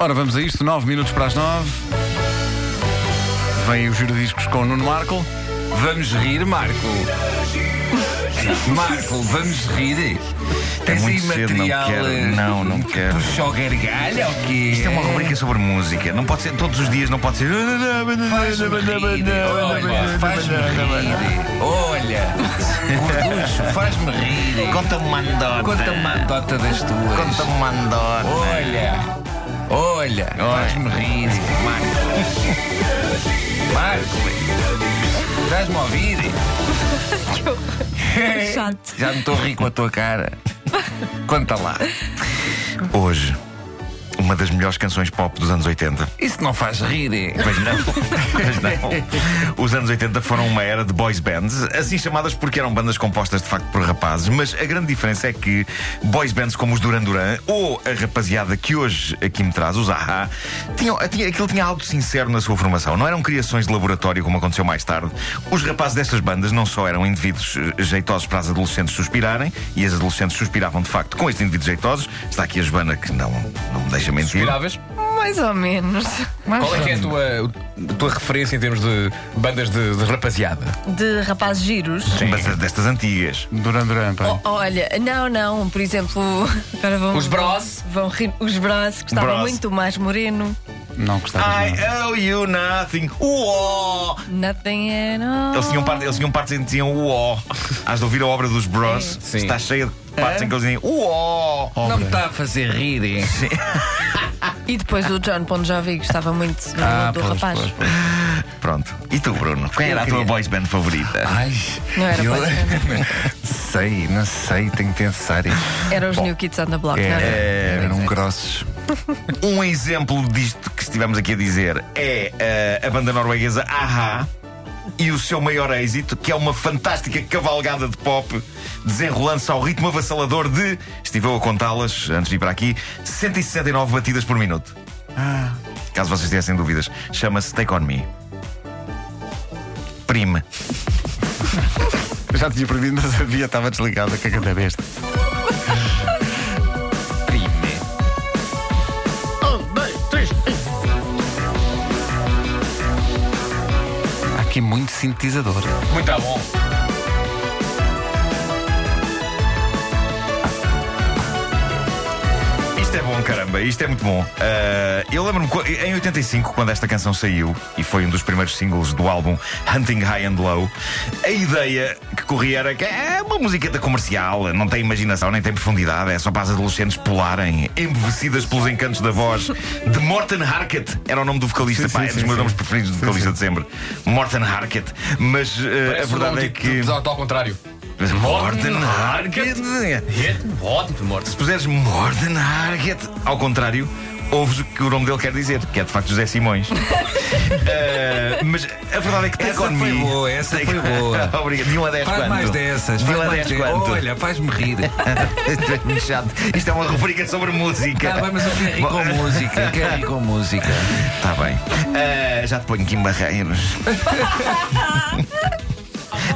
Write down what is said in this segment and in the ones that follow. Ora, vamos a isto, 9 minutos para as 9. Vem o Giradiscos com o Nuno Marco. Vamos rir, Marco. Marco, vamos rir. Tens aí É muito cedo, não material. quero. eh, Não, não quero. Só gargalha ou quê? Isto é uma rubrica sobre música. Não pode ser todos os dias, não pode ser. Faz-me rir. Olha, faz-me rir. Olha, gorducho, faz-me rir. Conta-me uma andota. Conta-me uma anedota das tuas. Conta-me uma andota. Olha, olha, faz-me rir, Marco. Marco, estás-me a ouvir? Chato. Já me estou a rir com a tua cara. Conta lá. Hoje, uma das melhores canções pop dos anos 80. Isso não faz rir. é. Pois não. Pois não. Os anos 80 foram uma era de boys bands, assim chamadas porque eram bandas compostas de facto por rapazes, mas a grande diferença é que boys bands como os Duran Duran ou a rapaziada que hoje aqui me traz, os AHA, tinham, tinha, aquilo tinha algo de sincero na sua formação. Não eram criações de laboratório como aconteceu mais tarde. Os rapazes destas bandas não só eram indivíduos eh, jeitosos para as adolescentes suspirarem, e as adolescentes suspiravam de facto com estes indivíduos jeitosos. Está aqui a Joana que não, não me deixa mentir. Inspiráveis? Mais ou menos. Mais Qual é que é a tua, a tua referência em termos de bandas de, de rapaziada? De rapazes giros. Mas destas antigas. Duran Duran, pá. O- olha, não, não, por exemplo, agora vão, Os Bros. Vão rir, os Bros, que estavam Bros. muito mais moreno. Não gostavas nada. I owe you nothing. Uó! Nothing at all. Eles tinham, parte, eles tinham partes em que diziam uó. Hás de ouvir a obra dos Bros. Sim. Oh. Está cheia de partes em que eles dizem uó. Não me está a fazer rir. é. E depois o John Bon Jovi gostava muito do, do pois, rapaz. pois, pois. Pronto. E tu, Bruno? Quem era a tua boys band favorita? Ai, Não era eu... boys sei, não sei, tenho que pensar. é. Era os New Kids on the Block, não era? É, Eram grossos. um exemplo disto que estivemos aqui a dizer é eh, a banda norueguesa AHA e o seu maior êxito, que é uma fantástica cavalgada de pop, desenrolando-se ao ritmo avassalador de, estive eu a contá-las antes de ir para aqui, 169 batidas por minuto. Caso vocês tivessem dúvidas, chama-se Take On Me. Prime. Eu Já tinha perdido, mas havia, estava desligada, que a cada besta. Há Aqui muito sintetizador. Muito à bom. Isto é bom, caramba, isto é muito bom. Ah, eu lembro-me co- em 85, quando esta canção saiu, e foi um dos primeiros singles do álbum Hunting High and Low, a ideia que corria era que é uma musiqueta comercial, não tem imaginação, nem tem profundidade, é só para as adolescentes pularem, embevecidas pelos encantos da voz de Morten Harkett, era o nome do vocalista, Sim, pá, sim, é sim, dos meus sim. um nomes preferidos de vocalista de sempre, Morten Harkett. Mas ah, a verdade é que. Ao contrário. Morten Harkett! Se puseres Morden Harget, ao contrário, ouves o que o nome dele quer dizer, que é de facto José Simões. Eh, mas a verdade é que Take Essa On foi Me- boa, essa Take- foi boa. Obrigado. De 1 a 10 Faz quanto? mais dessas, De faz 1 a mais 10 de- quanto? Olha, faz-me rir. Ah, Tu és muito chato. Isto é uma rubrica sobre música. Tá bem, mas eu quero rir com música, quero rir com música. Tá bem. Ah, já te ponho Kim Barreiros.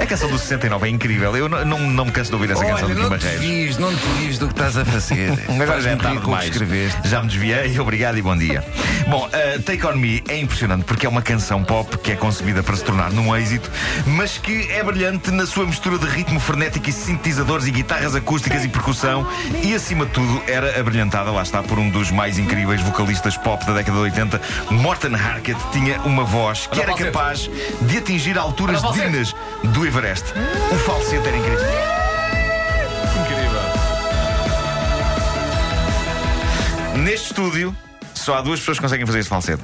A canção do 69 é incrível. Eu não, não, não me canso de ouvir essa canção Olha, do Kim não te Barreiros. diz, não te diz do que estás a fazer. Agora já Faz-me rir é tarde com o demais. que escreveste. Já me desviei, obrigado e bom dia. Bom, uh, Take On Me é impressionante porque é uma canção pop que é concebida para se tornar num êxito, mas que é brilhante na sua mistura de ritmo frenético e sintetizadores e guitarras acústicas e percussão e, acima de tudo, era abrilhantada, lá está, por um dos mais incríveis vocalistas pop da década de 80, Morten Harkett tinha uma voz que Olha, era falsete. capaz de atingir alturas Olha, falsete. dignas do Everest. O falsete era incrível. Incrível. Neste estúdio, só há duas pessoas que conseguem fazer este falsete.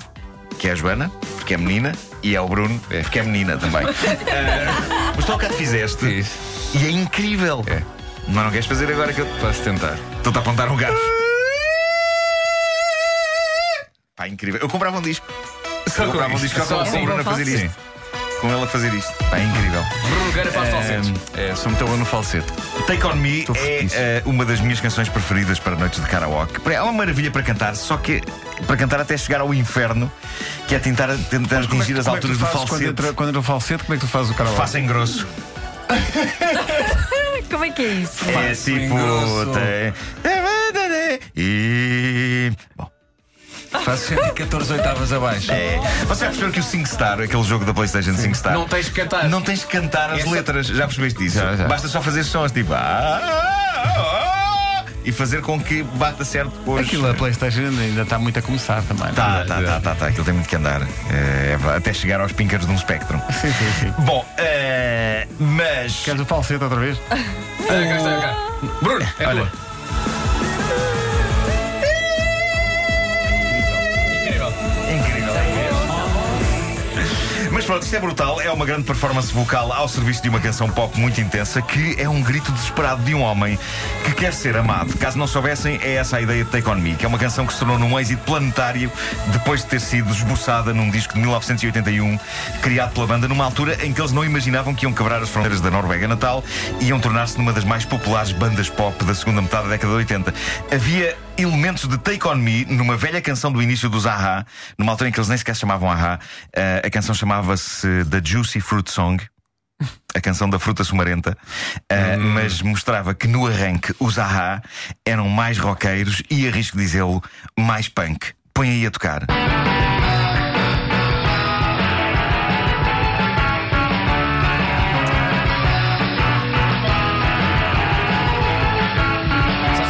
Que é a Joana, porque é menina, e é o Bruno, porque é menina também. Ah, mas tu há bocado fizeste e é incrível. Mas não queres fazer agora que eu Posso tentar. estou-te a apontar um gato. Pá, incrível. Eu comprava um disco. Só eu com comprava um isto. disco Só só com assim. o Bruno a fazer Sim. isto. Com ele a fazer isto. Pá, é incrível. Bruno Nogueira faz falsetes. É, sou muito bom no falsete. Take On Me é eh, uma das minhas canções preferidas para noites de karaoke. É uma maravilha para cantar, só que para cantar até chegar ao inferno, que é tentar, tentar Como é atingir que- as como é que tu alturas do fazes Quando falsete. entra, quando entra o falsete, como é que tu fazes o cara Faça em grosso. Como é que é isso? É tipo. grosso. tem- E. Bom. Faço 114 oitavas abaixo. É. Você já percebeu que o SingStar, aquele jogo da PlayStation SingStar, Não tens de cantar. não tens de cantar as é- Essa- letras. Já percebeste isso? Já, já. Basta só fazer sons tipo. "Ah, ah, ah", E fazer com que bata certo com os. Aquilo, é a PlayStation ainda está muito a começar também. Tá, tá, tá, tá, tá, aquilo tem muito que andar. Eh, é verdade, até chegar aos píncaros de um espectro. Sim, sim, sim. Bom, eh, mas. Queres o falsete outra vez? Ah, cá está, cá. Bruno, é Olha. tua. Incrível. É Mas pronto, isto é brutal. É uma grande performance vocal ao serviço de uma canção pop muito intensa que é um grito desesperado de um homem que quer ser amado. Caso não soubessem, é essa a ideia de Take On Me, que é uma canção que se tornou num êxito planetário depois de ter sido esboçada num disco de 1981, criado pela banda numa altura em que eles não imaginavam que iam quebrar as fronteiras da Noruega natal e iam tornar-se numa das mais populares bandas pop da segunda metade da década de 80. Havia elementos de Take On Me numa velha canção do início dos Aha, numa altura em que eles nem sequer se chamavam Aha. eh, a canção chamava-se The Juicy Fruit Song. A canção da fruta sumarenta, eh, Hum. mas mostrava que no arranque os Aha eram mais roqueiros e, arrisco dizê-lo, mais punk. Põe aí a tocar. Sabe o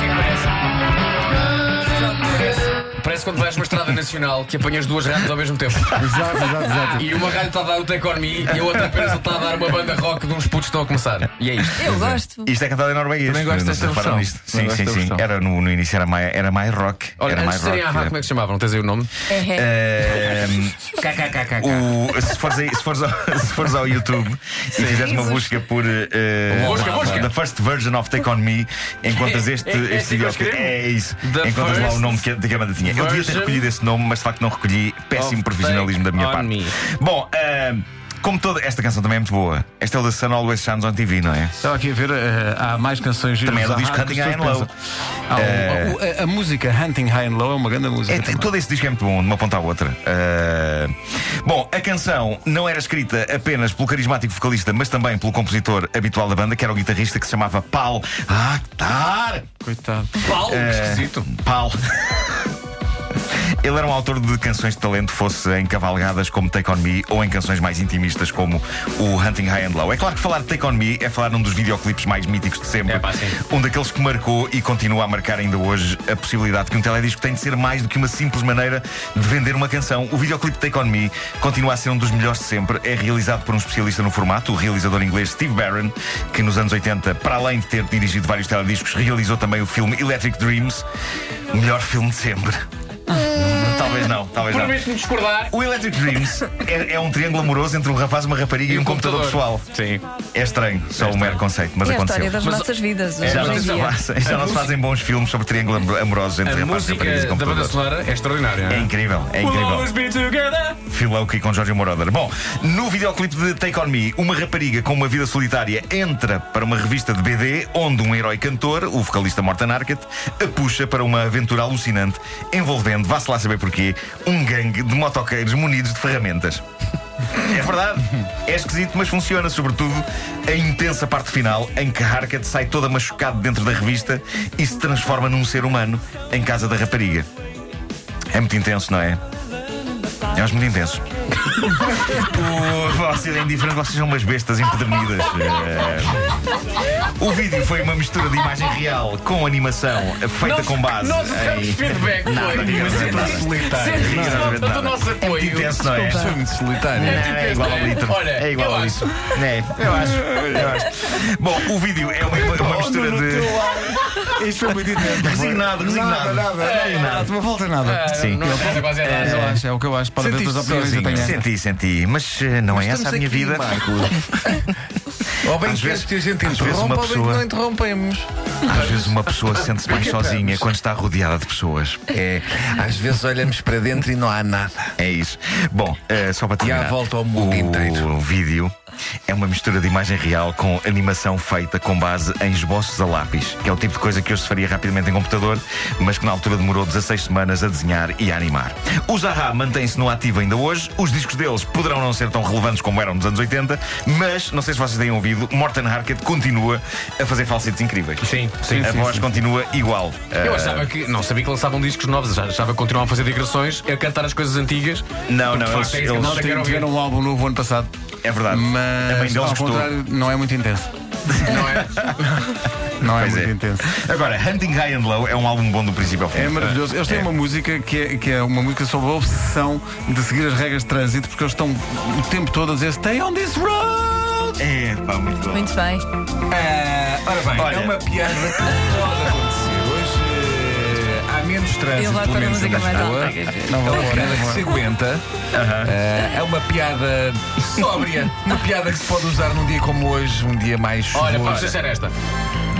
que é que parece? Parece- Parece quando vais numa estrada nacional que apanhas duas rádios ao mesmo tempo. Exato, exato, exato. E uma rádio está a dar o Take On Me e a outra apenas está a dar uma banda rock de uns putos que estão a começar. E é isto. Eu gosto. Isto é cantado em norueguês. Também gosto Não desta se reparam versão. nisto. Também Sim, gosto sim, desta sim. versão. Era no, no início era mais, era mais rock. Olha, era antes mais de serem rock. a como é que se chamavam? Não tens aí o nome? É. Ehm, KKKK. O- se, fores aí- se fores ao, se fores ao YouTube e fizeres uma busca por eh, Busca, busca. The First Version of Take On Me, encontras este, É, é, é este assim que eu videoclipe. escrevo. É isso. The encontras lá o first nome que, que a banda tinha. Eu devia ter version recolhido esse nome, mas de facto não recolhi. Péssimo of profissionalismo da minha Take On parte. Me. Bom, ehm, como toda. Esta canção também é muito boa. Esta é o da Sun Always Shines on TV, não é? Estava aqui a ver, eh, há mais canções giras Também é do da disco rádio que Hunting as High and pessoas Low. pensam. Há Eh. um- o- a, a música Hunting High and Low é uma grande música. É, t- também. todo esse disco é muito bom, de uma ponta à outra. Ah, bom, a canção não era escrita apenas pelo carismático vocalista, mas também pelo compositor habitual da banda, que era o guitarrista que se chamava Paul Akhtar. Coitado. Paulo, que Ah, esquisito. Paul. Ele era um autor de canções de talento, fosse em cavalgadas como Take On Me ou em canções mais intimistas como o Hunting High and Low. É claro que falar de Take On Me é falar num dos videoclipes mais míticos de sempre. É pá, sim. Um daqueles que marcou e continua a marcar ainda hoje a possibilidade de que um teledisco tem de ser mais do que uma simples maneira de vender uma canção. O videoclipe de Take On Me continua a ser um dos melhores de sempre. É realizado por um especialista no formato, o realizador inglês Steve Barron, que nos anos 80, para além de ter dirigido vários telediscos, realizou também o filme Electric Dreams, o melhor filme de sempre. Talvez não, talvez não. Prometo-me discordar. O Electric Dreams é, é um triângulo amoroso entre um rapaz, uma rapariga e, um computador, pessoal. Sim. É estranho, só um mero conceito, mas É a história aconteceu. das nossas vidas. Já hoje não, em se dia. fazem, já não se fazem bons filmes sobre triângulo amor- amoroso A entre rapazes, raparigas e música da banda computadores. sonora é extraordinária. não É é? incrível, é We'll incrível. always be together. Filouki com Jorge Moroder. Bom, no videoclipe de Take On Me, uma rapariga com uma vida solitária entra para uma revista de BD onde um herói cantor, o vocalista Morten Harkett, a puxa para uma aventura alucinante envolvendo, vá-se lá saber porquê, um gangue de motoqueiros munidos de ferramentas. É verdade, é esquisito, mas funciona, sobretudo a intensa parte final em que Harkett sai toda machucado dentro da revista e se transforma num ser humano em casa da rapariga. É muito intenso, não é? É uns muito intensos. o, vocês é indiferente, vocês são umas bestas empedernidas. Eh, o vídeo foi uma mistura de imagem real com animação feita Nós- com base. Nós em... recebemos feedback. Nada, foi. diga-nos a Sente- verdade. Sente Diga-nos a falta verdade. do nosso É muito apoio. tipo intenso, não é? Foi muito solitário. Não, é igual ao litro. Olha, é igual eu ao acho. litro. É, eu acho. Eu acho. Bom, o vídeo é uma, uma mistura de. Isto foi muito intenso. Resignado, resignado. Nada, nada, nada, nada. Não falta nada. Ah, Sim. Não é nada baseado em Eu nada. acho, é o que eu acho. Pode haver duas Sentiste opiniões. Eu sozinho. tenho esta. Senti, senti, mas eh, não é Estamos essa a minha aqui, vida. Marco. Ou bem Às queres vezes- que a gente às vezes interrompa, uma ou bem que pessoa- não interrompemos. Às vezes uma pessoa sente-se mais sozinha quando está rodeada de pessoas. É, às vezes olhamos para dentro e não há nada. É isso. Bom, eh, só para terminar. volta ao mundo o inteiro. vídeo É uma mistura de imagem real com animação feita com base em esboços a lápis, que é o tipo de coisa que hoje se faria rapidamente em computador, mas que na altura demorou 16 semanas a desenhar e a animar. O Zaha mantém-se no ativo ainda hoje, os discos deles poderão não ser tão relevantes como eram nos anos 80, mas, não sei se vocês têm ouvido, Morten Harkett continua a fazer falsetes incríveis. Sim, sim, A sim, voz sim. continua igual. Eu Ah, achava que. Não sabia que lançavam discos novos, já- achava que continuavam a fazer digressões, a cantar as coisas antigas. Não, Porque, não, de facto, eles- é isso que a eles malta quer têm- ouvir, Tiveram um álbum novo ano passado, é verdade. mas a mãe deles ao gostou. contrário não é muito intenso. não é? Não é Pois muito é. intenso. Agora, Hunting High and Low é um álbum bom do princípio ao fim. É maravilhoso. Eles têm É. uma música que é, que é uma música sobre a obsessão de seguir as regras de trânsito, porque eles estão o tempo todo a dizer Stay on this road! É, pá, muito bom. Muito bem. Ah, ora bem, Olha. é uma piada que pode acontecer. Hoje eh, há menos Eu trânsito, lá pelo para a menos em música mais Lisboa. alta. Não É vou uma piada que se agora. aguenta. Eh, é uma piada sóbria. Uma piada que se pode usar num dia como hoje, um dia mais Olha, chuvoso. vamos deixar esta.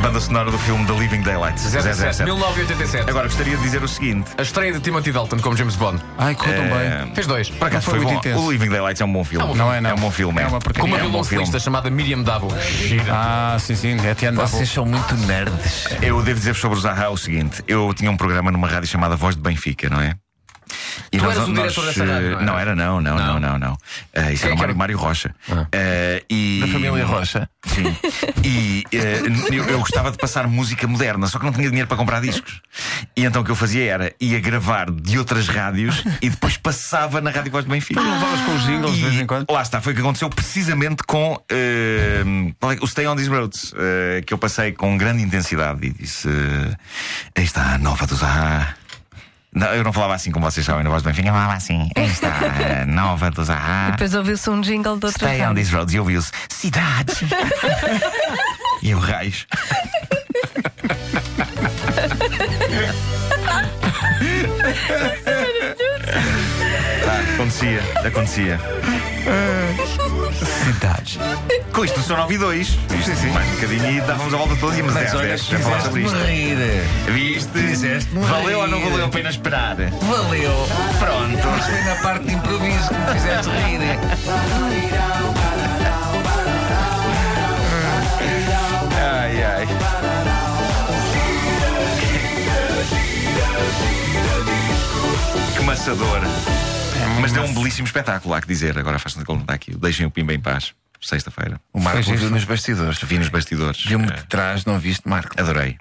Banda sonora do filme The Living Daylights. 07, 007. 1987. Agora gostaria de dizer o seguinte. A estreia de Timothy Dalton como James Bond. Ai, contam eh, bem. Fez dois. Por acaso Não foi foi, muito bom. intenso. O Living Daylights é um bom filme. Não, Não é, não. É um bom filme. É uma Com porcaria. uma é um bom violoncelista filme. chamada Miriam Dabo. Gira. Ah, sim, sim, é Tiano Dafoe. Vocês são muito nerds. Eu devo dizer sobre o Zaha o seguinte: eu tinha um programa numa rádio chamada Voz de Benfica, não é? E Tu eras o diretor dessa rádio, não eh, era? Não era, não, não, não, não. não. Eh, isso Quem era é o Mário, que era? Mário Rocha. Eh, e... Da Tá família Rocha. Sim. E eh, eu, eu gostava de passar música moderna, só que não tinha dinheiro para comprar discos. E então o que eu fazia era ia gravar de outras rádios e depois passava na Rádio Voz de Benfica. Levavas com os jingles de E vez em quando. Lá está, foi o que aconteceu precisamente com eh, qual é que- o Stay on These Roads, eh, que eu passei com grande intensidade e disse: eh, Aí está a nova do Zaha. Não, eu não falava assim como vocês sabem na voz do Benfica, eu falava assim: Aí está a nova do Zaha. Depois ouviu-se um jingle de outra Stay on rádio. these roads e ouviu-se Cidade E o raios Tá, Acontecia, acontecia Cidades. Com isto são 9 e 2 Isto, Mais um bocadinho e dávamos a volta toda Íamos 10 10 Já falar sobre isto morrer. Viste? Fizeste-me Valeu ou não rir. valeu a pena esperar? Valeu. Pronto Foi na parte de improviso que me fizeste rir. Ai, ai. Que maçador. Mas deu um belíssimo espetáculo, há que dizer. Agora faz-se que ele não está aqui. Deixem o Pimba em paz. Sexta-feira. O Marco Foi viu giro. nos bastidores. Vi nos bastidores. Viu-me Eh, de trás, não viste, Marco? Adorei.